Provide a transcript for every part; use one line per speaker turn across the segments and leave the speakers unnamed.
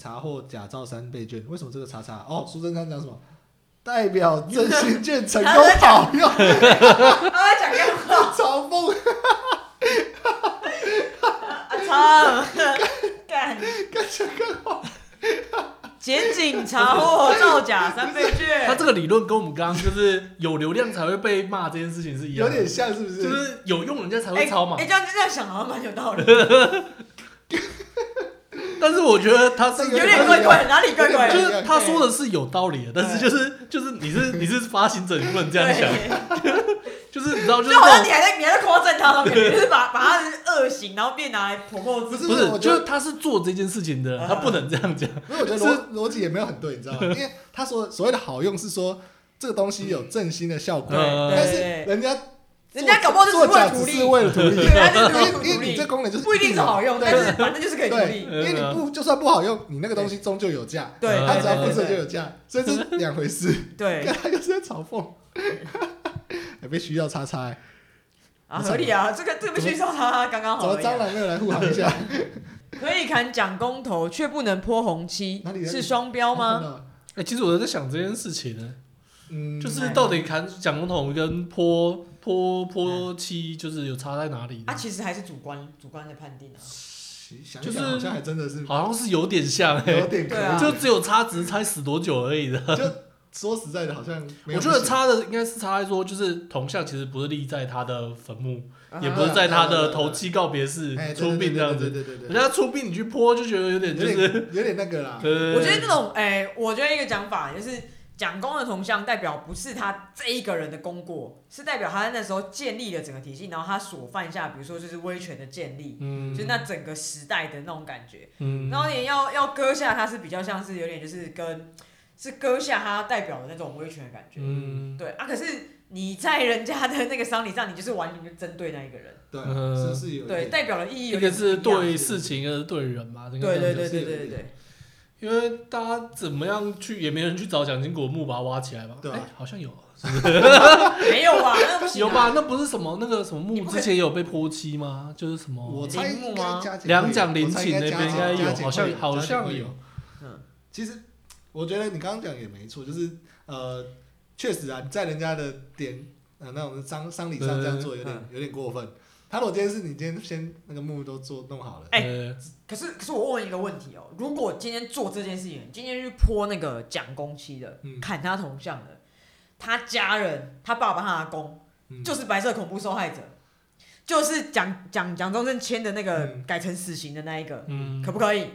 查获假造三倍券，为什么这个查查？哦，苏贞昌讲什么？代表振兴券成功保佑，
啊，讲干嘛？
嘲 讽
啊操！干
干什么？
检警查获造假三倍
他
券，
这个理论跟我们刚刚就是有流量才会被骂这件事情是一
有
样的，
点像是不是？
就是有用人家才
哎
会抄嘛
哎，。这样这样想好像蛮有道理，
但是我觉得他是
这个
有点怪怪，哪里怪怪？
有
就
点
是他说的是有道理的，但是就是就是 你是你是发行者，你不能这样想，
对，
就是你知道就是
就好
那
像
种
你还在你还在夸赞他，他感觉就是把把他的恶行，然后变拿来捧够自己。
不
不是
是
我
就
觉得
是他是做这件事情的人，
啊
他不能这样讲。
因为我觉得逻逻辑也没有很对，你知道吗？因为他说所谓的好用是说这个东西有振兴的效果，
嗯
但是人家做
人家搞不好就是
做
为
假
了
只
图利
是，为了图 利，
对，他就是
因为
为
因
了图
为 你
利
这，功能就是
不一定是好用，
对
但是反正就是可以图
对，
利。
因为你不就算不好用，你那个东西终究有价，
对，
嗯
它只要
对
不折就
对
有价，所以这是两回事。
对
跟，他就是在嘲讽，还被需要叉叉欸，
啊，合理啊，这个这个必须说他刚刚
怎么
好而已
蟑
啊。
螂没有来护航一下？
可以砍蒋公头，却不能泼红漆
哪里，哪里
是双标吗？
哎，其实我在想这件事情呢，
嗯，
就是到底砍蒋公桶跟坡坡坡七就是有差在哪里呢？
啊，其实还是主观主观的判定啊。
想
就
一
是
想好像还真的是
好像是有点像
有
哎，
点可
对啊
以，
就只有差只是差死多久而已的。
就说实在的，好像没有
我觉得
不行
差的应该是差在说，就是铜像其实不是立在他的坟墓，
啊
也不是在他的
对对对对
头七告别式
哎
出殡这样子。
对对对对
人家出殡你去泼就觉得有点就
对，有
是，
点有点那个啦，
呃，
我觉得那种，哎、我觉得一个讲法就是，蒋公的铜像代表不是他这一个人的功过，是代表他那时候建立了整个体系，然后他所犯下，比如说就是威权的建立，
嗯，
就是那整个时代的那种感觉。
嗯，
然后也要要割下他是比较像是有点就是跟是割下他代表的那种威权的感觉。
嗯，
对啊，可是你在人家的那个丧礼上，你就是完全就针对那一个人，
对，
嗯
是是有一
对，
点
代表的意义
一
有
个
点
是
不一样
对事情，一个是对人嘛，这个
对对
感觉
对
是
对
有
对
一
对
点
对。
因为大家怎么样去也没人去找蒋经国墓把它挖起来吧？
对啊
哎好像有
没有吧？那不行、啊。
有吧？那不是什么那个什么
你
墓
不可
之
以
前有被泼漆吗？就是什么
我猜
铃
应
木
该
吗
加减会有
两蒋陵寝那边应该
我猜加减
有，好
会
像
有
好
加
像
减会
有
有。，
嗯
其实我觉得你刚刚讲也没错，就是呃，确实啊，在人家的点呃那种丧丧礼上这样做有
嗯
点有点过分。他如果今天是你今天先那个墓都做弄好了，
哎
呃
可是，可是我问一个问题哦，如果今天做这件事情，今天去泼那个蒋公妻的，
嗯
砍他铜像的，他家人，他爸爸、他阿公，
嗯
就是白色恐怖受害者，就是蒋蒋蒋中正签的那个
嗯
改成死刑的那一个，
嗯
可，不可以？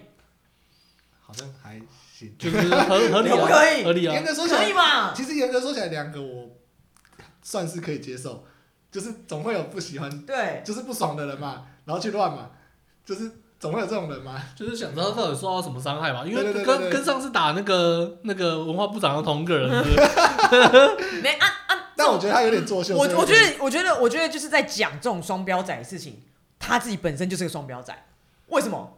好像还行。
就是合合理
可不
啊，
可以？
合理啊
严。格说起
可
来
以，嘛？
其实严格说起来，两个我算是可以接受，就是总会有不喜欢，
对，
就是不爽的人嘛，然后去乱嘛，就是总会有这种人嘛。
就是想知道到底受到什么伤害吧，因为
对对对对
跟
对
跟上次打那个那个文化部长的同个人，是不 是
没啊啊！
但我觉得他有点作秀。
我
所以
我觉得，我觉得，我觉得就是在讲这种双标仔的事情，他自己本身就是个双标仔。为什么？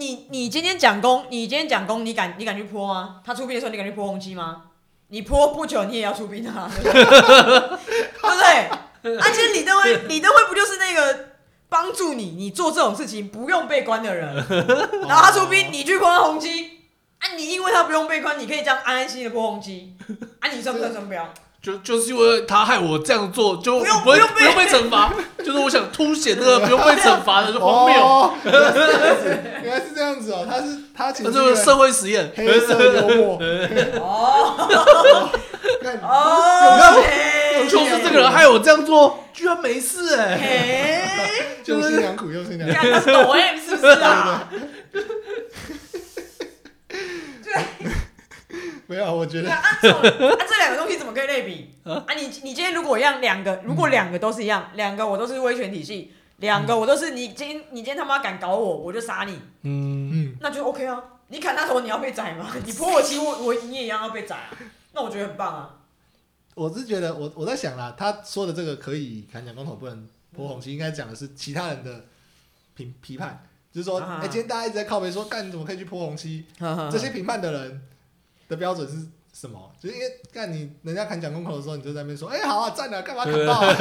你你今天讲公，你今天讲公，你敢你敢去泼吗？他出殡的时候，你敢去泼红漆吗？你泼不久，你也要出殡啊，对不对 对不对？而且李登辉，李登辉不就是那个帮助你，你做这种事情不用被关的人，然后他出
哦
兵，你去泼他红漆，啊，你因为他不用被关，你可以这样安安心心的泼红漆，啊，你算不算双标？
就就是因为他害我这样做，就
不用
会
不用
不
被
用被惩罚，就是我想凸显这个不用被惩罚的就荒谬，
哦，原来是这样子，原来是这样子哦，他是他其
那
实
就是
是
社会实验。
黑色幽 默，
哦
看
哦，
就是这个人害我这样
哦
做，居然没事哎、
嘿，
用心良苦，用心良
干
苦，
他是抖 M 哎是不是啊？
没有，我觉
对
得
啊，这种啊这两个东西怎么可以类比？啊，你你今天如果一样两个，如果两个都是一样，两个我都是威权体系，两个我都是你今天你今天他妈敢搞我，我就杀你，
嗯，
嗯，
那就 OK 啊。你砍他头，你要被宰吗？你泼我漆，我我你也一样要被宰啊。那我觉得很棒 啊。
我是觉得我我在想啦，他说的这个可以砍蒋公头，不能泼红旗，应该讲的是其他人的评批判，就是说，
啊
哎，今天大家一直在靠背说，干你怎么可以去泼红旗？这些评判的人的标准是什么？就是因为干你人家砍蒋公口的时候，你就在那边说，哎，好啊，赞啊，干嘛砍到啊？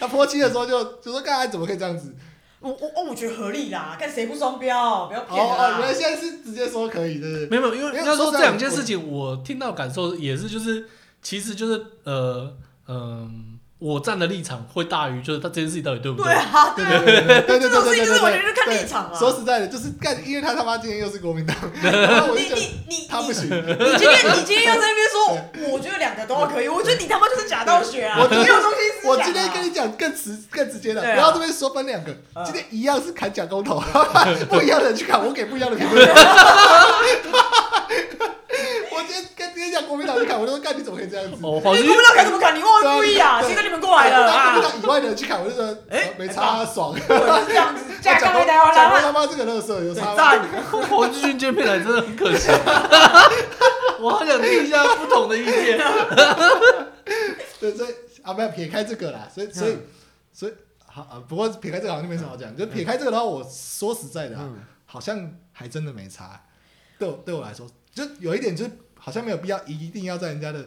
他泼漆的时候就就说，干怎么可以这样子？
我我哦，我觉得合理啦，看谁不双标，不要
哦
骗了
哦，
啦
原来现在是直接说可以，对不对？
没有，没有，因为
没有
那时候
说实
这
在
两件事情，我听到感受也是，就是其实就是呃嗯、我站的立场会大于就是他这件事情到底对不
对啊，对啊，
对对对对
这种事
对对
情就是我觉得
对。
就是看立场啊。
说实在的，就是干，因为他他妈今天又是国民党，然后我
你
就觉得
你你
他不
你
行。
你今天你今天又在那边说，我觉得两个都要可以，我觉得你他妈就是假道学啊！
我
你没有中心思想啊。
我今天跟你讲更直更直接的，
对啊
不要这边说分两个
嗯，
今天一样是砍假公投， 不一样的人去砍，我给不一样的评 论。我今天跟今天讲国民党去砍，我就说干你怎么可以这样子？
哦，黄
你
金
国民党该怎么砍？你忘
对
了
啊
故意啊？
对
谁跟你们过来了
我国民
啊？
党以外的人去砍，我就说呃
哎
没差啊爽。哎
我就是 这样子，架杠在台湾
讲过
啦，
他妈这个乐色有
对
差吗？
炸你！
黄志军见面来真的很 可惜，我好想听一下不同的意见。
对，所以啊，不要撇开这个啦，所以所以所以好啊，不过撇开这个好像就没什么好讲，就撇开这个的话，我说实在的啊，好像还真的没差。对我对我来说，就有一点就是好像没有必要一定要在人家的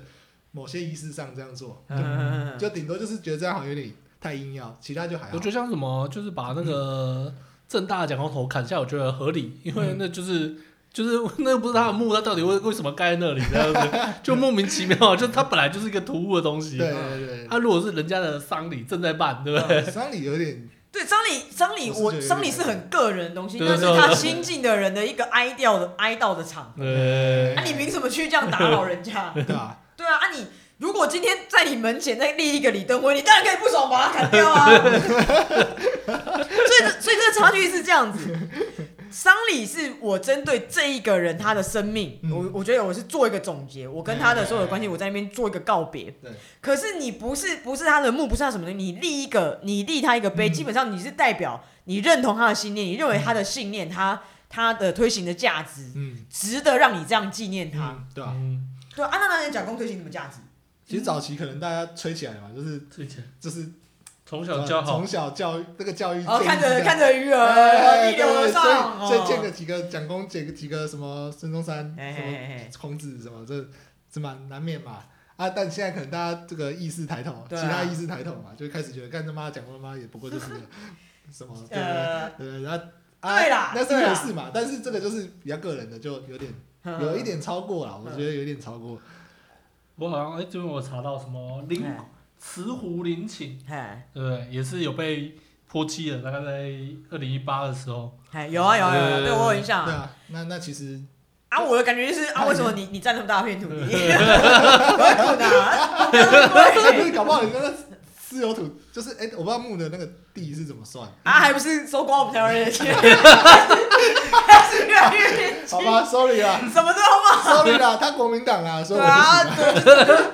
某些仪式上这样做，
嗯
就顶多就是觉得这样好像有点太硬要，其他就还好
我。觉得像什么，就是把那个正大的蒋公头砍下，我觉得合理，因为那就是。
嗯
就是 那不是他的墓，他到底为为什么盖在那里这 样子，就莫名其妙，就他本来就是一个突兀的东西。
对对对
他如果是人家的丧礼正在办，对不对？
对，丧礼有点
对，丧礼，丧礼，
我是觉
我
得有
丧礼
点
是很个人的东西，
对
那是
对
他
对
亲近的人的一个哀悼的哀悼的场。
嗯
呃，
啊，你凭什么去这样打扰人家？
对吧？
对啊，啊你如果今天在你门前再立一个李登辉，你当然可以不爽把他 砍掉啊。所以这所以这个差距是这样子，丧礼是我针对这一个人他的生命，
嗯
我我觉得我是做一个总结，我跟他的所有的关系，我在那边做一个告别。
对，
可是你不是不是他的墓，不是他什么东西，你立一个，你立他一个碑，
嗯
基本上你是代表你认同他的信念，你认为他的信念，他他的推行的价值
嗯，
值得让你这样纪念他。
嗯对吧？
嗯，
对啊，那那人讲公推行什么价值？
其实早期可能大家吹起来嘛，就是
之前
就是
从小教
嗯
好
从，小教育这个教育
哦，看
建立
着
在
看着鱼儿，哦
哎
逆流而
对，
上，
所以所
哦
以建个几个蒋公，建个几个什么孙中山、
嘿
什
嘿
么
嘿嘿
孔子什么，这这蛮难免嘛。啊，但现在可能大家这个意识抬头，
对啊
其他意识抬头嘛，就开始觉得干他妈蒋公他妈也不过就是个什 么，对不对？
呃，
对，然后啊，
对啦
那是
对啦嗯
也是嘛，但是这个就是比较个人的，就有点
呃
有一点超过了，我觉得有点超过。
我好像哎，这边我查到什么林
哎
慈湖林寝，
哎
对不对？也是有被泼漆的，大概在二零一八的时候。
哎，有啊有啊有啊，
对
对我有印象
呃对
啊。
啊，那那其实
啊，我的感觉就是啊，为什么你你占那么大片土地？
嗯
我很苦啊，这样会不
不
会
是搞不好你那个私有土，就是哎，我不知道木的那个地是怎么 算。
啊，还不是收光我们台湾人的钱， 还是越来越偏激
好，吧，sorry 啦
什么都好嘛。
，sorry 啦，他国民党啦，所以
对
我不行
啊，对就是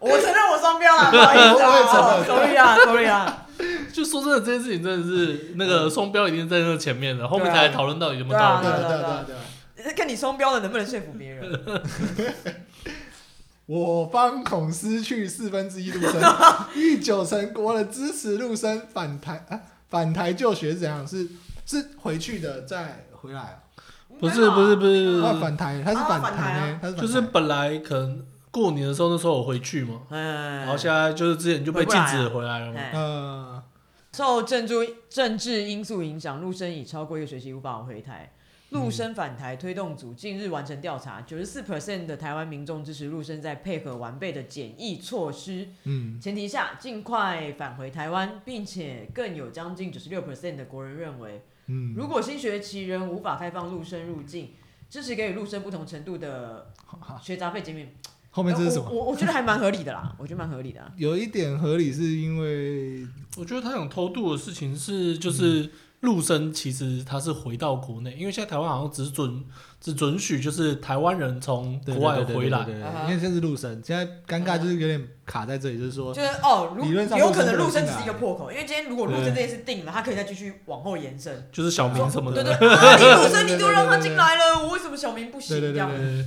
我承认我双标了，不好意思
我也承
啊
认
，sorry 啊，sorry 啊，
就说真的，这件事情真的是那个双标已经在那前面了，后面
对啊
才讨论到底有没有道理
对
对。啊
啊嗯对
对啊
啊对啊对啊！
看你双标了能不能说服别人。
我方孔失去四分之一陆 生，欲九成国人支持陆生反台啊，反台就学是怎样？是是回去的再回来啊？
不是不是不是
啊，反台，他是
啊
反
反台
台
啊
呢，他是
嗯就是
反台
本来可能过年的时候，那时候我回去嘛，
嗯，
然后现在就是之前就被禁止回来了嘛。
哎
呃，
受政治政治因素影响，陆生已超过一个学期无法回台。陆生返台推动组近日完成调查，九十四 percent 的台湾民众支持陆生在配合完备的检疫措施
嗯，
前提下，尽快返回台湾，并且更有将近九十六 percent 的国人认为，
嗯
如果新学期仍无法开放陆生入境，支持给予陆生不同程度的
好
学杂费减免。
啊
呃
后面这是什么？
哎我我我觉得还蛮合理的啦，我觉得蛮合理的、啊。
有一点合理，是因为
我觉得他想偷渡的事情是，
嗯
就是陆生其实他是回到国内，因为现在台湾好像只准只准许就是台湾人从国外回来，
对对对对对对
啊
因为现在是陆生，现在尴尬就是有点卡在这里，就是说，
就是哦，如
理论上
有可能陆
陆生
生只
不能进来
是一个破口，因为今天如果陆生这件事定了，他可以再继续往后延伸。
就是小明什么
对
的。
对，啊你陆
对对
生
对
你都让他进来了，我为什么小明不行
对对
这
对
样
对？
呃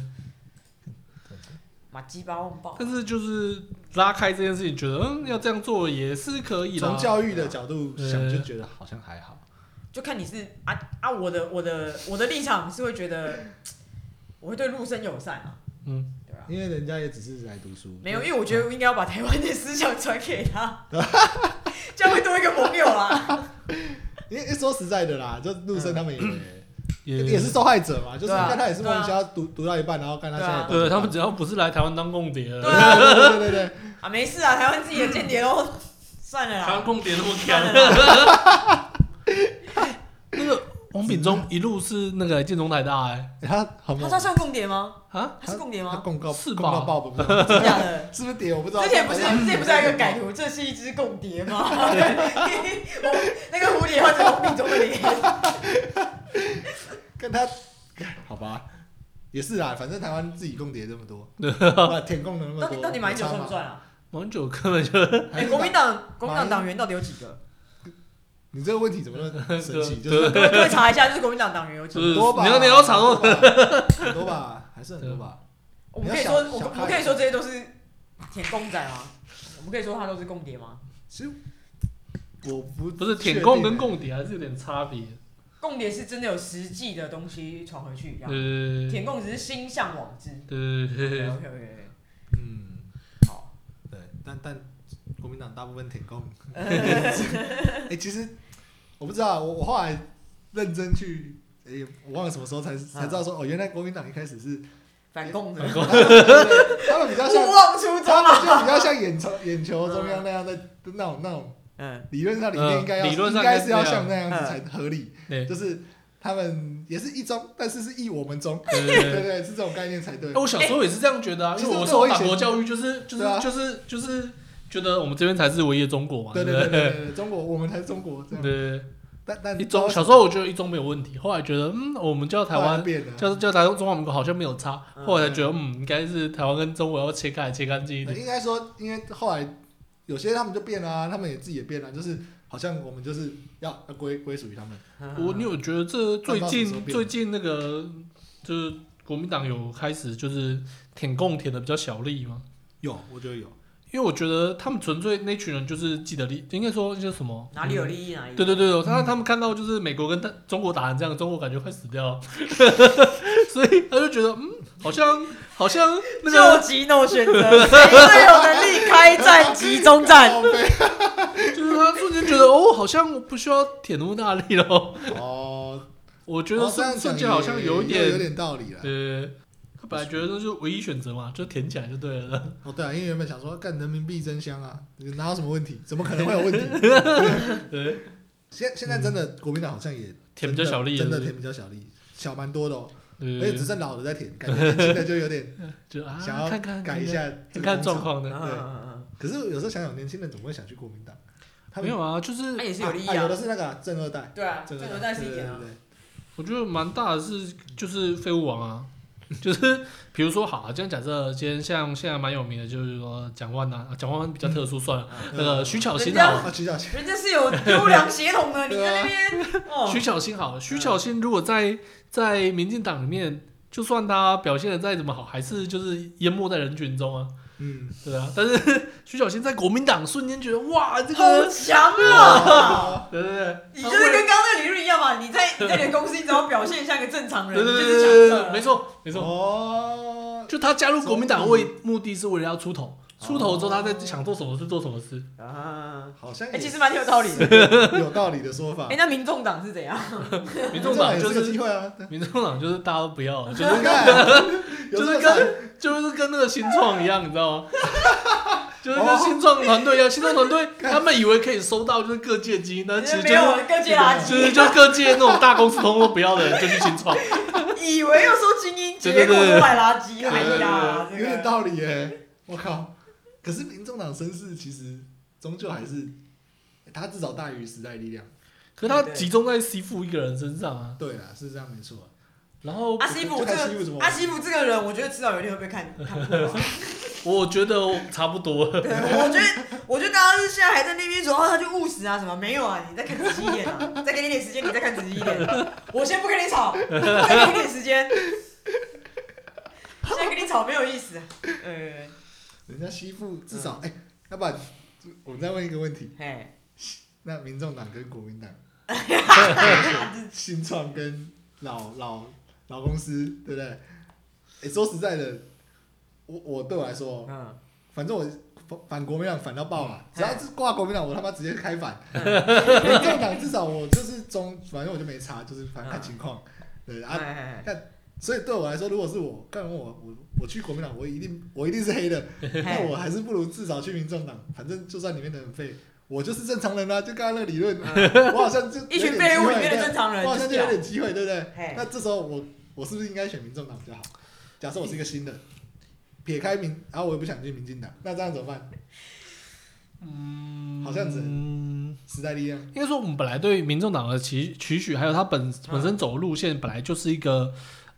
马鸡巴忘爆。
但是就是拉开这件事情，觉得嗯要这样做也是可以
从
啊
啦。
教育的角度想，
对
就觉得好像还好。
就看你是啊啊，我的我的我的立场是会觉得，我会对陆生友善啊，
嗯，
对吧？
因为人家也只是来读书，
没有，因为我觉得我应该要 把啊台湾的思想传给他，这样会多一个盟友啦。
因为说实在的啦，就陆生他们也、
嗯
也
也是受害者嘛，就是
对啊
看他也是
对啊
梦想读读到一半，然后看他现在也
呃对他们只要不是来台湾当共谍，
对啊
对对对对，
啊，没事啊，台湾自己的间谍都算了
台湾
啦，
共谍那么
算了
强。
啦，
那个王炳忠一路是那个建中台大哎、
对他好
他
猛，
他算共谍吗？
啊，
他是共谍
他
吗？
公告
是吧
公告爆不是？
真的假的？
是不是点我不知道。
之前不是
反正
嗯
之前不是还有一个改图，这是一只共谍吗？ 我那个蝴蝶换成王炳忠的脸，
跟他，好吧，也是啊，反正台湾自己共谍这么 多，哇舔共的那么
到
多，
底到底马英九
有差
算
吗
不算？啊？
王九根本就
还
哎，
是
国民党国民
马
党
英
党员到底有几 个？
你这个问题怎么那么神奇？
对
就是
各位各位查一下，就是国民党党员有几
就
个？啊
是
很多吧，
你要你要查哦，
很多吧，还是很多吧。
我们可以说，我我们可以说这些都是舔公仔吗？我们可以说他都是共谍吗？
其实我不
不是
确定
舔共跟
欸
共谍还是有点差别。
共谍是真的有实际的东西传回去，
对
然后
对对
舔共只是心向往之。
对对对
OK OK
对，
OK，
嗯，
好，
对，但但国民党大部分挺共。 哎、其实我不知道，我我后来认真去，哎、我忘了什么时候才才知道说，哦，原来国民党一开始是，
反
哦
共的，
他们 他们比较
勿
像，
忘初衷
他
啊。
们就比较像眼球眼球中央那样的那种那种，
嗯，
理论上里面应该要、
嗯理论上
应该是
应该
要
是这样
像那样子才合理，
对
就是他们也是一中，但是是一我们中，
对
对
对
对
对。
对，是这种概念才对
哎，。我小时候也是这样觉得啊，
其
因
实
为我
对
受
我以
法
前
国教育就是就是
对啊
就是就是觉得我们这边才是唯一的中国嘛，
对
不
对对对对对，中国我们才是中国这
对
样。
对
但但
对，一中小时候我觉得一中没有问题，后来觉得嗯，我们叫台
后来
湾
变了，
叫叫台湾中华民国好像没有差，
嗯
后来才觉得嗯，应该是台湾跟中国要切开切干净一点。
呃应该说，因为后来有些他们就变了、啊，他们也自己也变了、就是好像我们就是要要归归属于他们。
嗯
我你有觉得这最
不知道什么时候
近
变
最近那个就是国民党有开始就是舔共舔的比较小力吗？
有，我觉得有。
因为我觉得他们纯粹那群人就是既得利，应该说叫什么？
哪里有利益哪里有利益
对对对，他他们看到就是美国跟他中国打成这样，中国感觉快死掉了， 所以他就觉得嗯，好像好像那
就
个
急 no 选择， 谁最有能力开战集中战？
靠背
就是他瞬间觉得哦，好像不需要舔那么大力了。
哦，
我觉
然
得
后这样
瞬瞬
讲
间好像有
有
一
有
点，
点道理了。
对，他本来觉得这就是唯一选择嘛，就舔起来就对了。
哦，对啊，因为原本想说干人民币真香啊，哪有什么问题？怎么可能会有问 题？
对，
现现在真的国民党好像也
舔比较小力，
真的真的
是不是
舔比较小力，小蛮多的哦，而
对
且只剩老的在舔，感觉年轻的就有点
就啊，
想要
看看
改一，下这个
看看
风
状
潮。
嗯
况的。
嗯嗯
可是有时候想想，年轻人怎么会想去国民党？他
没
们
有啊，就是
嗯，那也是有利益
有
啊
的。是那个啊正二代。
对啊，这个但是一点啊
对。对对
我觉得蛮大的是就是废物王啊， 就是比如说好，今天假设今天像现在蛮有名的，就是说蒋万呐、啊，蒋万安比较特殊算了，那
嗯
个徐巧芯好了。
啊，徐小青，
人家是有优良血统的，你在那边哦
徐，巧芯好了，徐巧芯如果在在民进党里面，就算他表现的再怎么好，还是就是淹没在人群中啊，
嗯，
对啊。但是徐巧芯在国民党瞬间觉得哇，这
好
个哦
强啊！
对对对，
你就是跟刚刚那个理论一样嘛，你在你在你的公司，你只要表现像个正常人，
对
你就
对
是
对
强
对对，
者。
没，错没错，
哦，
就他加入国民党为目的是为了要出头，出头之后他在
哦
想做什么事做什么事。
啊，
好像
哎，
也
其实蛮有道理
啊
的。
是有道理的说法
哎，。那民众党是怎样？
民众党
也
就是
有
是
机会啊，
民众党就是大家都不要了，就
你
是
看，有
就
这
是
个才
跟就是跟那个新创一样，你知道 吗？就是跟新创团队一
哦
样，新创团队他们以为可以收到就是各界基因，但其实就
没有啊
是啊
各界垃
其实
圾，
就各界那种大公司通通不要的人就 去新创，
以为要说精英，结果都来垃圾。哎呀，
有点道理耶，我靠！可是民众党声势其实终究还是，他至少大于时代力量。
可是他集中在西富一个人身上啊。
对啦，是这样没错。
然后
阿西
就
普这
看西部怎
个
么
阿西普这个人，我觉得迟早有一天会被看看破吧。
我觉得差不多 了，
对，我觉得我觉得大家是现在还在那边说啊，他就务实啊什么没有啊，你再看仔细一点啊，再给你点时间，你再看仔细一点。我先不跟你吵，再给你点时间。现在跟你吵没有意思。呃，
人家西部至少哎，要不然我们再问一个问题：
嘿，
那民众党跟国民党，新创跟老老老公司，对不对？哎、说实在的，我我对我来说，
嗯，
反正我反反国民党反到爆嘛，
嗯
只要是挂国民党，我他妈直接开反。 民众党至少我就是中，反正我就没查，就是反正看情况。对
哎
啊，
哎哎
所以对我来说，如果是我，干我我我去国民党，我一定我一定是黑的。 那我还是不如至少去民众党，反正就算里面的人废，我就是正常人啊，就刚刚那个理论， 我好像就
嗯一群
有点
废物
机会
里面
这
的
样
正常人，
我好
就
像
是
就有
这样。
点机会，对不对
嘿？
那这时候我我是不是应该选民众党比较好？假设我是一个新的，撇开民，然后我又不想去民进党，那这样怎么办？
嗯
好像只
嗯，
时代力量，
应该说我们本来对民众党的期期许，还有他本本身走的路线，本来就是一个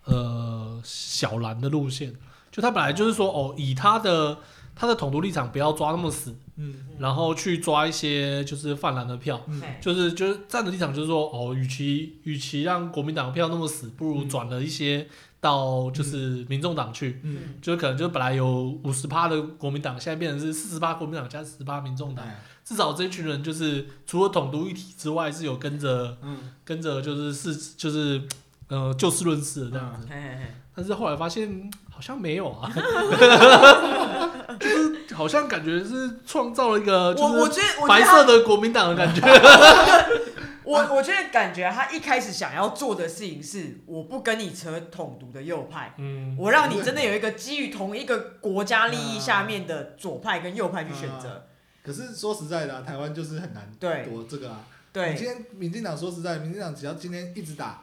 呃小蓝的路线，就他本来就是说哦，以他的他的统独立场不要抓那么死，
嗯
然后去抓一些就是泛蓝的票。
嗯
哎
就是就是站的立场就是说，哦，与其与其让国民党的票那么死，不如
嗯
转了一些到就是民众党去，
嗯，
就是可能就本来有五十趴的国民党，现在变成是四十趴国民党加十趴民众党，
哎
至少这一群人就是除了统独一体之外，是有跟着
嗯，
跟着就是是就是呃就事论事的这样
嗯
子。
哎哎
但是后来发现嗯好像没有啊， 就是好像感觉是创造了一
呃
个
我
就
我
是
觉得，我觉
白
得他，
色的国民党的感觉。
我我觉得感觉他一开始想要做的事情是，我不跟你扯统独的右派，
嗯，
我让你真的有一个基于同一个国家利益下面的左派跟右派去选择。
可是说实在的啊，台湾就是很难
对
夺这个啊。你今
对，
天民进党说实在，民进党只要今天一直打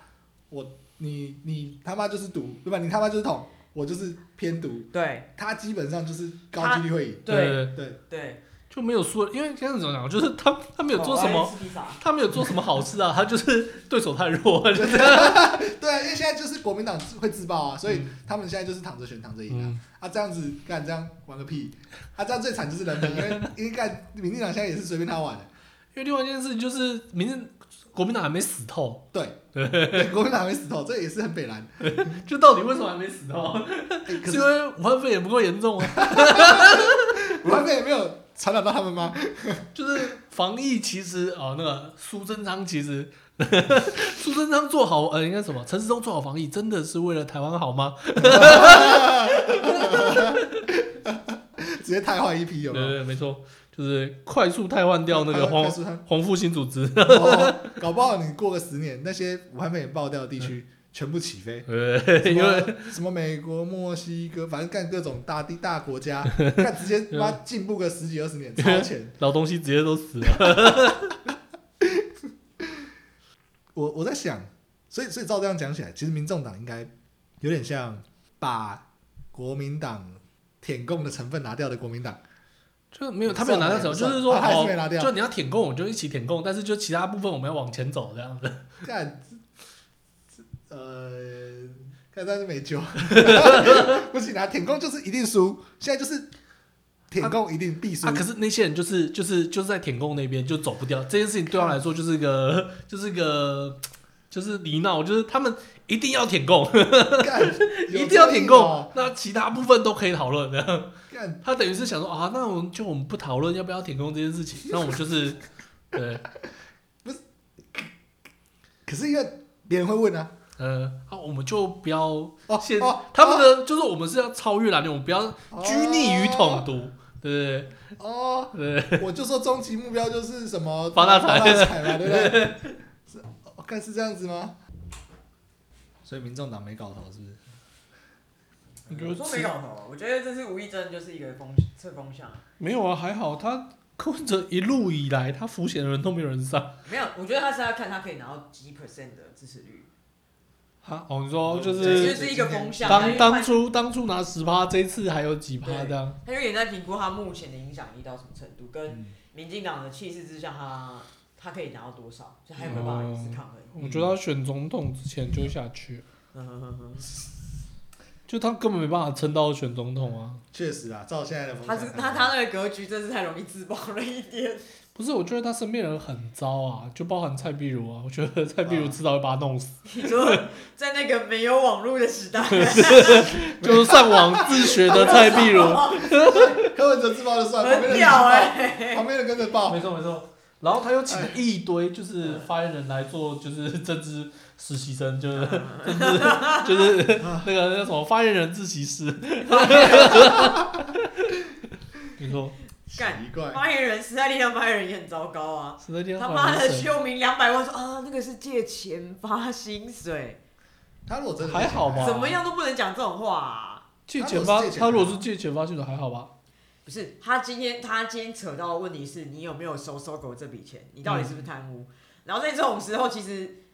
我，你你他妈就是赌，对吧？你他妈就是捅，我就是偏赌，
对，
他基本上就是高
他
几率会赢。
对，
对，
对，
就没有说，因为现在怎么讲，就是他他没有做什
哦
么，？
我要吃披萨
他没有做什么好事啊，他 就是对手太弱，就是
对啊，因为现在就是国民党会自爆啊，所以他们现在就是躺着选，躺着赢啊。
嗯
啊，这样子干这样玩个屁！啊，这样最惨就是人民，因为因为干民进党现在也是随便他玩的，
因为另外一件事情就是民进国民党还没死透，
对国民党还没死透，这也是很北蓝。
就到底为什么还没死透？
哎可
是
是
因为武汉肺炎不够严重啊，
武汉肺炎没有传染到他们吗？
就是防疫其实哦，那个苏贞昌其实 苏贞昌做好呃应该什么陈世忠做好防疫，真的是为了台湾好吗？
直接太换一批有
对
没有？
对，没错，就是快速汰换 掉那个
快
黄
快速他
黄复兴组织，
哦搞不好你 过个十年，那些武汉肺炎爆掉的地区全部起飞。
呃，
什
嗯 因为
么什么美国、墨西哥，反正干各种大地大国 家，干直接妈进步个十几二十年，超前。
老东西直接都死了。
我我在想，所以所以照这样讲起来，其实民众党应该有点像把国民党舔共的成分拿掉的国民党，
就没有，他没有拿到什么，
算了
就是说，
啊还是
哦
没拿掉
就你要舔供，我就一起舔供，但是就其他部分我们要往前走这样子。
干，这呃，干但是没救， 不行啊，舔共就是一定输，现在就是舔共一定必输
啊，，可是那些人就是就是就是在舔供那边就走不掉，这件事情对他们来说就是一 个就是一个就是泥淖，就是他们一定要舔 供，
干、有
一定要
这
舔
个哦
供，那其他部分都可以讨论的。
干
他等于是想说啊，那我们就我们不讨论要不要舔供这件事情，那我们就是对，
可是因为别人会问啊，
呃，啊，我们就不要
哦
现
哦，
他们的就是我们是要超越蓝牛，我们不要
哦
拘泥于统独，对不
哦，
对？对。
我就说终极目标就是什么
发大财
发大财嘛，对不对？是，哦看是这样子吗？所以民众党没搞头是不是？
你给我啊
我说没搞头，我觉得这是吴亦真就是一个风侧风向，
没有啊，还好他柯文哲一路以来，他浮选的人都没有人上。
没有，我觉得他是要看他可以拿到几 percent 的支持率，
哈，哦，你说就
其实
是
是一个风向。
当当
初
初当初拿十趴，这一次还有几趴
对
这样？
他有点在评估他目前的影响力到什么程度，跟
嗯
民进党的气势之下，他他可以拿到多少，就还有没有办法一 次抗衡。
我觉得他选总统之前就下去，
嗯哼哼哼
就他根本没办法撑到选总统啊。
确实啊，照现在的风
他
向
是
看
他他那个格局真是太容易自爆了一点。
不是，我觉得他身边人很糟啊，就包含蔡壁如啊，我觉得蔡壁如迟早会把他 弄死，
你说在那个没有网络的时代，
就是上网自学的蔡壁如。
柯文哲自爆就算，旁边
很
的
屌哎、
旁边的跟着
哦
爆，
没错没错。然后他又请了一堆
嗯
就是发言人来做，就是政治实习生，就是
嗯
就是就是那个那个什么发言人自习室。你说
干
奇怪，
发言人时代力量发言人也很糟糕啊。
实在地
他
方
妈
法
的，
律
邱明两百万说啊，那个是借钱发薪水，
他如果真的
还好吧哇
怎么样都不能讲这种话、啊。
借钱发，他
他如
如
果
果是
是
借钱发去的还好吧？
不是他今天他今天扯到的问题是你有没有收搜狗这笔钱，你到底是不是贪污？然后在这种时候，其实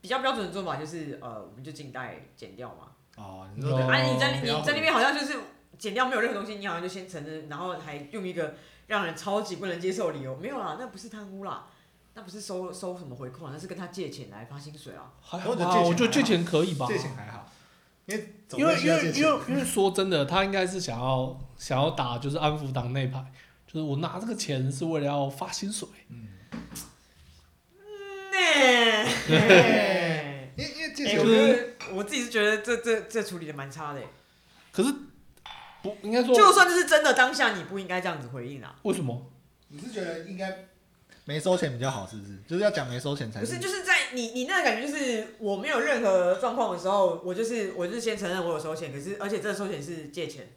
比较标准的做法就是呃，我们就近代减掉嘛。
哦，你说
哦
啊，你在你
不要
在那边好像就是减掉没有任何东西，你好像就先承认，然后还用一个让人超级不能接受的理由，没有啦，那不是贪污啦，那不是收收什么回扣啊，那是跟他借钱来发薪水 啊。
还
好吧
好吧，我
我觉
觉得
得借
借钱可以吧？
借钱还好，因为总
因为
归需
因
要
为
借钱
因为因为说真的，他应该是想要想要打就是安抚党内牌，就是我拿这个钱是为了要发薪水，
嗯，
那、欸，
因为因为 借
哎、
钱
我
我觉得
觉得我自己是觉得这这这处理的蛮差的、欸
可是不应该说
就算这是真的，当下你不应该这样子回应啊。
为什么？
你是觉得应该没收钱比较好，是不是？就是要讲没收钱才
不是，就是在你你那个感觉，就是我没有任何状况的时候，我就是我就是先承认我有收钱，可是而且这个收钱是借钱，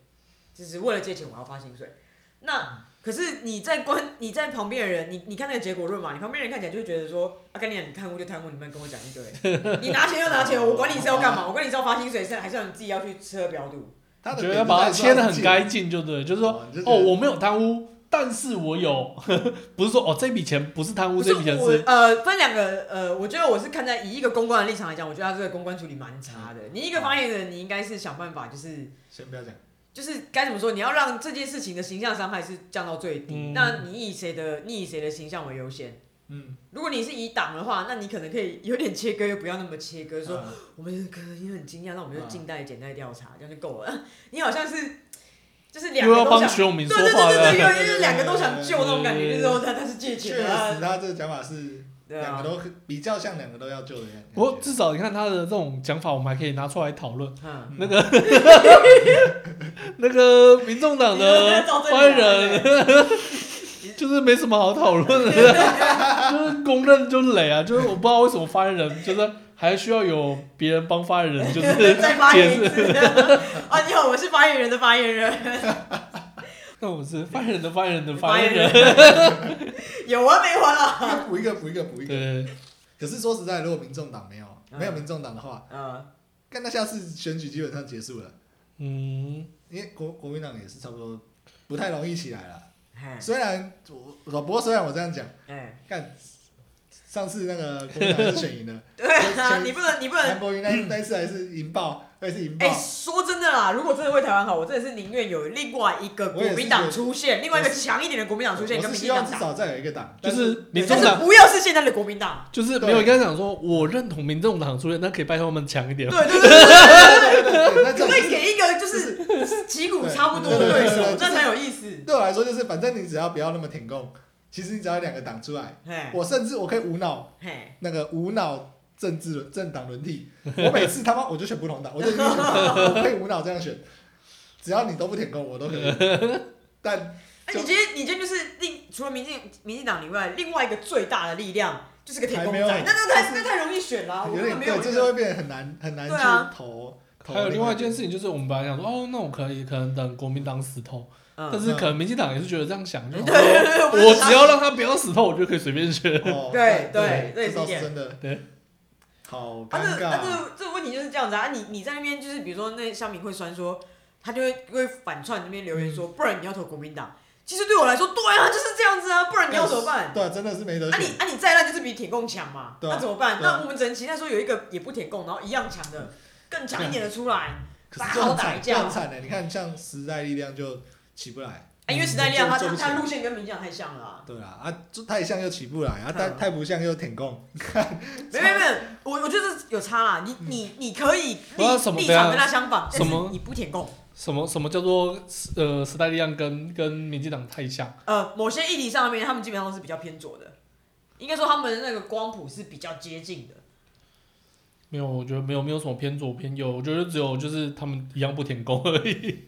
就是为了借钱我要发薪水。那可是你在观你在旁边的人，你你看那个结果论嘛，你旁边人看起来就会觉得说，啊，跟你讲你贪污就贪污，你们跟我讲一堆，你拿钱就拿钱，我管你是要干嘛，我管你是要发薪水，是还是你自己要去吃喝嫖赌。
他的
觉
点
得
是
把它
在
切的
说
很
借
干净，就对，就是说
哦你就觉
哦，
得
我没有贪污，但是我有， 不是说哦这笔钱不是贪污，
不
这笔钱
我
是
呃分两个呃，我觉得我是看在以一个公关的立场来讲，我觉得他这个公关处理蛮差
嗯
的。你一个发言人，你应该是想办法就是。
先不要讲，
就是该怎么说，你要让这件事情的形象伤害是降到最低。
嗯
那你以谁的你以谁的形象为优先？
嗯，
如果你是以党的话，那你可能可以有点切割，又不要那么切割，说、
嗯
我们可能也很惊讶，那我们就静待简代调查，这样就够了。你好像是就是两
嗯又
个
要
都
帮
想，
徐永
对
明说
对对
话
对
了
对，。又又是两个都想救那种感觉，
对
就是说他他是借
确
钱
实
的啊，
他这个讲法是
对
两个
啊，
都很比较像两个都要救的感觉
不过至少你看他的这种讲法，我们还可以拿出来讨论。
嗯，
那个那个民众党的 发言人， 就是没什么好讨论的， 就是公认就是雷啊，就是我不知道为什么发言人就是还需要有别人帮发言人，就是
再发言一
解释。
次啊！你好，我是发言人的发言人，
那我是发言人的发言人的
发
发言
言
人，
人，有完没完啊？
补一个补一个补一个。
对，
可是说实在，如果民众党没有
嗯
没有民众党的话，
嗯。
干那下次选举基本上结束了，
嗯，
因为国国民党也是差不多不太容易起来了。
哎
虽然我我不过虽然我这样讲，
哎，
干上次那个国民党还是 选赢了，
对啊，你不能，你不
韩
能。
国瑜那那一次还是赢爆，还是赢爆
哎、。说真的啦，如果真的为台湾好，我真的是宁愿有另外一个国民党出现，另外一个强一点的国民党出现，
我
跟
是
民进
希望
党
至
打，
少再有一个党，
就
但
是民
但
众
是
党。
不要是现在的国民党。
就是
对
没有应该讲说，我认同民众党出现，那可以拜托他们强一点
对。对对对，
对对对对那
可
这
不可以
种
给一个就是旗鼓差不多的对手，这才有意思。
对我来说就是，反正你只要不要那么舔共，其实你只要两个党出来，
嘿，
我甚至我可以无脑
嘿，
那个无脑政治轮政党轮替，我每次他妈我就选不同党，我就一定选不同党我可以无脑这样选，只要你都不舔共，我都可 以。但
哎、你今天你今天就是另除了民进民进党以外，另外一个最大的力量就是个铁公仔，那那太那太容易选啦，啊我
有
根
点
本没有
对，这就会变得很难很难
对啊
去投。投
还有另外一件
事，
事情，就是我们本来想说，哦，那我可以可能等国民党死透，但
嗯，
是可能民进党也是觉得这样想，就
对
是
对对，
我只
啊
要让他不要死透，我就可以随便选。
哦
对对对
这倒
理解
是真的，
对，
好
啊，
尴
这
尬。
啊这这个问题就是这样子啊，你你在那边就是比如说那乡民会酸说，他就会会反串那边留言
嗯
说，不然你要投国民党。其实对我来说，对啊，就是这样子啊，不然你要怎么办？
对啊，真的是没得
啊
选
你。啊你再烂就是比舔共强嘛，
对啊
那怎么办？
对啊
那我们只能期待说有一个也不舔共，然后一样强的，更强一点的出来。啊
可是
打
就
好
很
打一
惨，就
架
很惨的。欸你看，像时代力量就起不来，
啊，因为时代力量他
嗯这
他
这不
他
行
路线跟民进党太像了啊、
对啦，啊，就太像又起不来，啊，太
嗯
太不像又舔共，
没没没，我我觉得这有差啦。你你你可以
嗯不知道什
立
么
立
对啊
场跟他相反，但
什
是
么
你不舔共。
什么什么叫做呃时代力量跟跟民进党太像？
呃，某些议题上面，他们基本上都是比较偏左的，应该说他们的那个光谱是比较接近的。
没有，我觉得没有没有什么偏左偏右，我觉得只有就是他们一样不舔狗而已。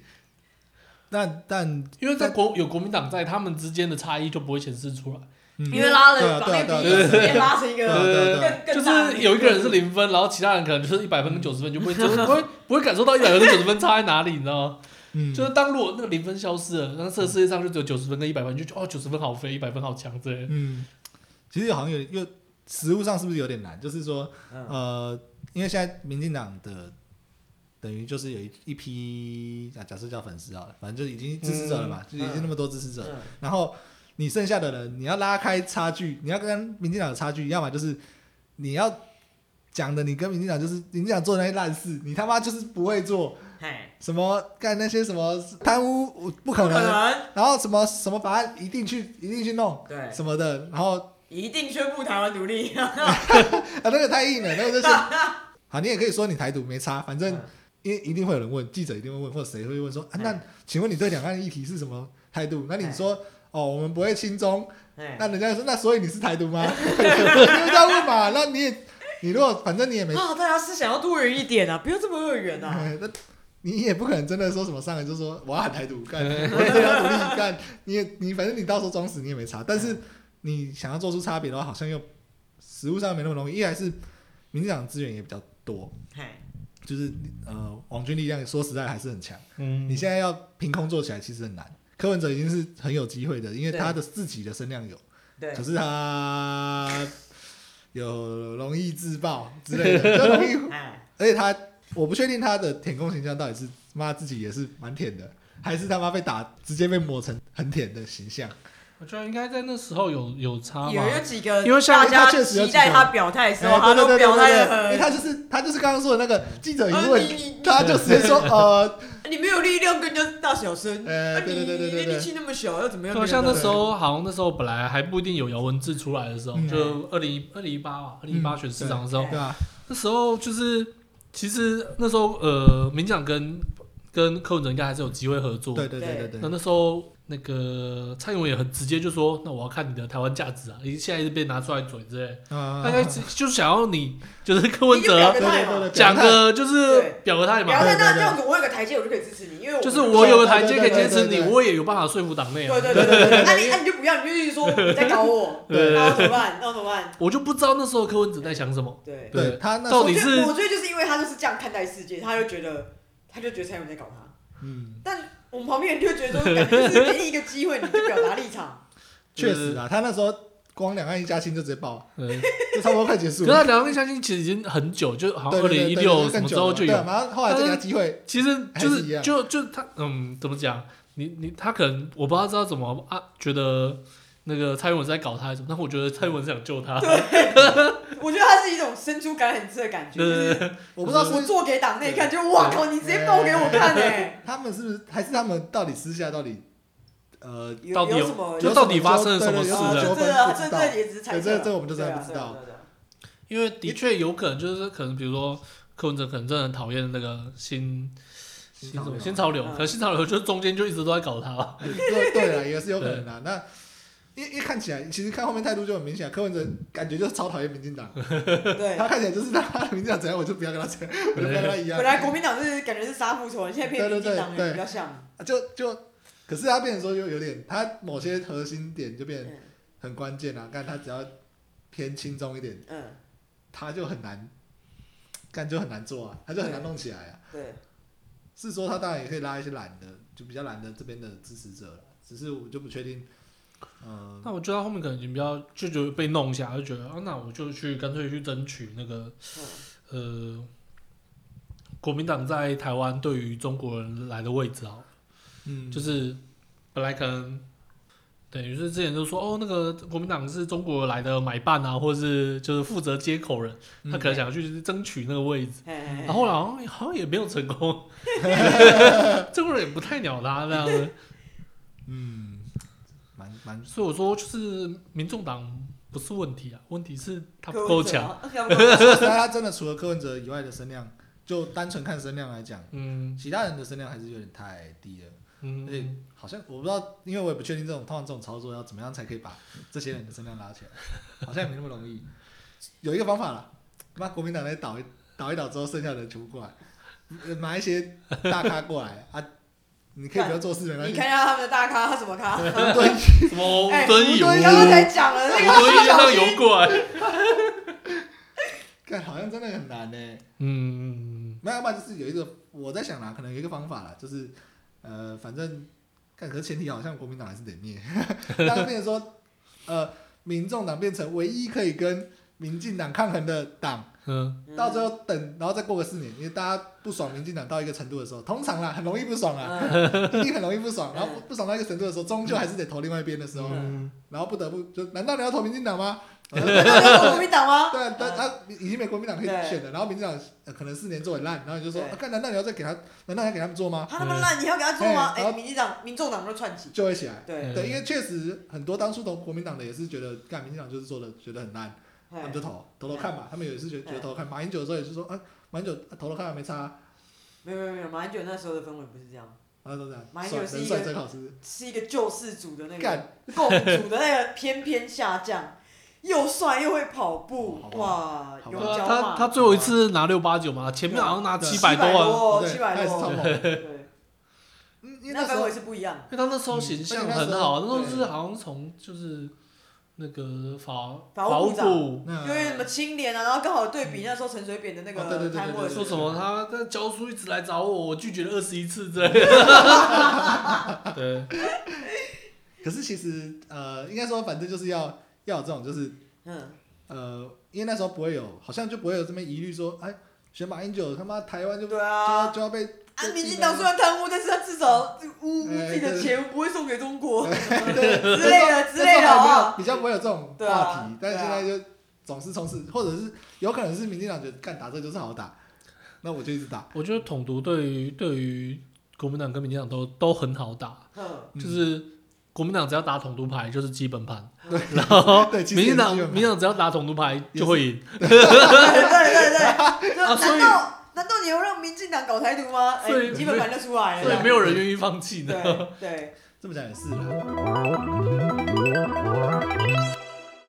但但
因为在国有国民党在，他们之间的差异就不会显示出来。
嗯
因为拉
对啊
了把那
对啊
个
对
比例
啊
直接拉成一
对啊
个
对啊对啊
更更
就
大的
是有一个人是零 分，然后其他人可能就是一百分跟九十分，就不会就不会不会感受到一百分跟九十分差在哪里，你知道吗？
嗯，
就是当如果那个零分消失了，那这个世界上就只有九十分跟一百分，你就觉得哦九十分好飞，一百分好强之类的。
嗯，其实好像有又实物上是不是有点难？就是说，
嗯
呃，因为现在民进党的等于就是有一一批啊，假设叫粉丝啊，反正就已经支持者了嘛，就已经那么多支持者，
嗯
然后你剩下的人，你要拉开差距，你要跟民进党的差距，要么就是你要讲的，你跟民进党就是民进党做的那些烂事，你他妈就是不会做
嘿，
什么干那些什么贪污，不可
不可
能，
能，啊
然后什么什么法案一定去一定去弄
对，
什么的，然后
一定宣布台湾独立。
啊那个太硬了，那个 就是好，你也可以说你台独没差，反正
啊嗯
因为一定会有人问，记者一定会问，或者谁会问说啊，那
嗯
请问你对两岸议题是什么态度？那你说哦，我们不会亲中。
嘿
那人家就说，那所以你是台独吗？ 你就这样问嘛。那你也，你如果反正你也没，
啊，大家思想要多元一点啊，不要这么二元啊。
哎 那你也不可能真的说什么上来就说我要喊台独 干，我真的要独立干。你也你反正你到时候装死你也没差，但
啊
是你想要做出差别的话，好像又实物上没那么容易。一来是民进党资源也比较多，
嘿，
就是呃网军力量说实在还是很强。
嗯
你现在要凭空做起来其实很难。柯文哲已经是很有机会的，因为
对
他的自己的声量有。
对
可，是他有容易自爆之类的，就容易，
哎，
而且他我不确定他的舔共形象到底是妈自己也是蛮舔的，还是他妈被打直接被磨成很舔的形象。
我觉得应该在那时候有有差吧
有。有几个，
因为像
大家
他确实有
期
几个
待他表态的时候，
哎
他
对
都
对对
表
对
态
对
的
对，因为
很，
他就是他就是刚刚说的那个记者一
啊
问
你，你
他就直接说 呃
你没有力量跟人家大小声，
呃，
啊
对对对对
你
对
力
对，
气那么小，要怎么样
对，啊
跟人家
像
打？
那时候好像那时候本来还不一定有姚文智出来的时候，
嗯
就二零二零一八吧，二零一八选市长的时候，
对吧？
那时候就是其实那时候呃，民进党跟跟柯文哲应该还是有机会合作。
对对对对
那
对，
那时候那个蔡英文也很直接就说，那我要看你的台湾价值啊，已经现在是被拿出来嘴之类的，
啊
大概是就是想要你就是柯文
你就表
哲
个态
对对
嘛
对，
讲个就是
对
表个态
表
嘛，
对
态
对
那
对
这样子，我有个台阶，我就可以支持你，因为
就是我有个台阶可以
对对对对
坚持
对
你，
对
我也有办法说服党内啊
对。对对对对，那你那啊你就不要，你就一直说你在搞我，
对
那我怎么办？那我怎么办？
我就不知道那时候柯文哲在想什 么。
对，
对他那时
到
候
底
我觉
是
得我觉得就是因为他就是这样看待世界，他就觉得他就觉得蔡英文在搞他，
嗯，
但我们旁边人就觉得说，感觉就是给你一个机会，你就表达立场，
确实啊，他那时候光两岸一家亲就直接爆，
嗯，
就差不多快结束
可是他
了。
两岸相亲其实已经很久，就好像二
对对
零
对
一
对对
六
对
什
更
么之
久
后
了
就
对，啊
有。
马上后来再给他机会，
其实就
还是一
是
样
就就他嗯，怎么讲？你你他可能我不知道知道怎么啊，觉得那个蔡英文是在搞他还是什么，但我觉得蔡英文是想 救他。
我觉得他是一种伸出橄榄枝的感觉，就
对
是
对对，
我不知道
我
是
做给党内看，就哇靠，你直接爆给我看哎、
他们是不是还是他们到底私下到底呃
有
到底有
有什么？
就到底发生了什么
有
事
什
啊，
么
呢
纠
这
纷
这
不知
这
道？
这也只是猜测
对
啊，
这这我们就真的不知道
对啊。对啊对啊
因为的确有可能就是可能比如说柯文哲可能真的很讨厌那个新新什么新潮流，
嗯
可能新潮流就中间就一直都在搞他。
对 对了，也是有可能的。啊那因因为看起来，其实看后面态度就很明显，柯文哲感觉就是超讨厌民进党，
对啊对啊
他看起来就是他民进党怎样，我就不要跟他怎样，我就不要跟他一样
本。来国民党是感觉是杀父仇，现在变民进党
对对对
人比较像。
啊就就，可是他变成说又有点，他某些核心点就变得
嗯
很关键啊。但他只要偏轻松一点，
嗯，
他就很难，干就很难做啊，他就很难弄起来啊。
对，
是说他当然也可以拉一些懒的，就比较懒的这边的支持者了，只是我就不确定，嗯、
那我觉得他后面可能已经比较就觉得被弄一下，就觉得啊，那我就去干脆去争取那个呃，国民党在台湾对于中国人来的位置啊，
嗯，
就是是本来可能等于是之前就说哦，那个国民党是中国来的买办啊，或者是就是负责接口人，
嗯
他可能想要去争取那个位置，
嗯，
然后好像好像也没有成功，中国人也不太鸟他这样子，
嗯，蛮蛮
所以我说就是民众党不是问题啊，问题是他不
柯
够
文哲
强，
啊，要不 然
说实在，他真的除了柯文哲以外的声量，就单纯看声量来讲，
嗯
其他人的声量还是有点太低了，而且
嗯，
好像我不知道，因为我也不确定这种通常这种操作要怎么样才可以把这些人的声量拉起来，好像也没那么容易。有一个方法啦，把国民党来倒一倒一倒之后，剩下的人全部过来，呃拿一些大咖过来啊，你可以不要做事没关
你
系，
看一下他们的大咖他什么咖？
对，
什 么嗯
哎
吴敦义，
吴敦
你
义
刚刚才
吴
讲了那
敦义
个小
这样
心
游过来，
看好像真的很难呢。
嗯。
那要不然就是有一个我在想啦，可能有一个方法啦，就是。呃，反正，看，可是前提好像国民党还是得灭， 让变成说，呃，民众党变成唯一可以跟民进党抗衡的党，
嗯，
到最后等，然后再过个四年，因为大家不爽民进党到一个程度的时候，通常啦，很容易不爽 啦，
嗯
一定很容易不爽，然后不不爽到一个程度的时候，终究还是得投另外一边的时候，
嗯
然后不得不就，难道你要投民进党吗？ 然后
那你有国民党吗？
对，但
嗯
他已经没国民党可以
对
选了，然后民进党呃可能四年做很烂，然后你就说，
对
啊干、难道你要再给他，难道你要给他们做吗？
他那么烂，你还要给他做吗？
嗯哎
哎，民进党、民众党都串起，
就会起来。
对，
对，因为确实很多当初投国民党的也是觉得，干民进党就是做的觉得很烂，
嗯
他们
哎
就投投投看吧。他们也是觉得觉得投投看，马英九的时候也是说，啊，马英九啊投投看还没差啊，
没有没有没有，马英九那时候的氛围不是这样，
然后都这样，
马英
帅
九是
人
一
帅
个
真好吃。
是一个救世主的那个
干
共主的那个翩翩下降，又帅又会跑步
好，吧
哇，
好吧
有
对啊，
脚
他
马，
他最后一次拿六八九嘛，前面好像拿
对
啊七百多啊，
哦，
对
七百
他也是
多
超，猛。
对，
嗯，因为
那
那时
氛
候
围是不一样的。
因为他那时候形象很好啊，那时候是好像从就是那个法
法务
务
部长
部
那
因为什么清廉啊，然后刚好对比那时候陈水扁的那
嗯哦对对
个
对对
贪污的
对
事
说
对
什
情，
么他他教书一直来找我，我拒绝了二十一 次之类的。对，
可是其实呃，应该说反正就是要要有这种就是
嗯，
呃，因为那时候不会有，好像就不会有这么疑虑说，哎，选马英九他妈台湾就就
对
要
啊，
就要被
啊，民进党虽然贪污，但是他至少污污自己的钱不会送给中 国
对
之类的之
那
类的
时候还没有
啊，
比较不会有这种
对啊
话题，但是
对
现
啊
在就总是从事，或者是有可能是民进党觉得干打这就是好打，那我就一直打，
我觉得统独对于对于国民党跟民进党都都很好打，
嗯，
嗯
就是国民党只要打统独牌就是基本盘，
对，
然后
对，其实
民进党
也是
民进党只要打统独牌就会赢。
对对对，就
啊所
难
以
道难道你要让民进党搞台独吗？哎
所以，
啊
基本盘就出来了，
所以没有人愿意放弃的。
对对。
这么讲也是啦。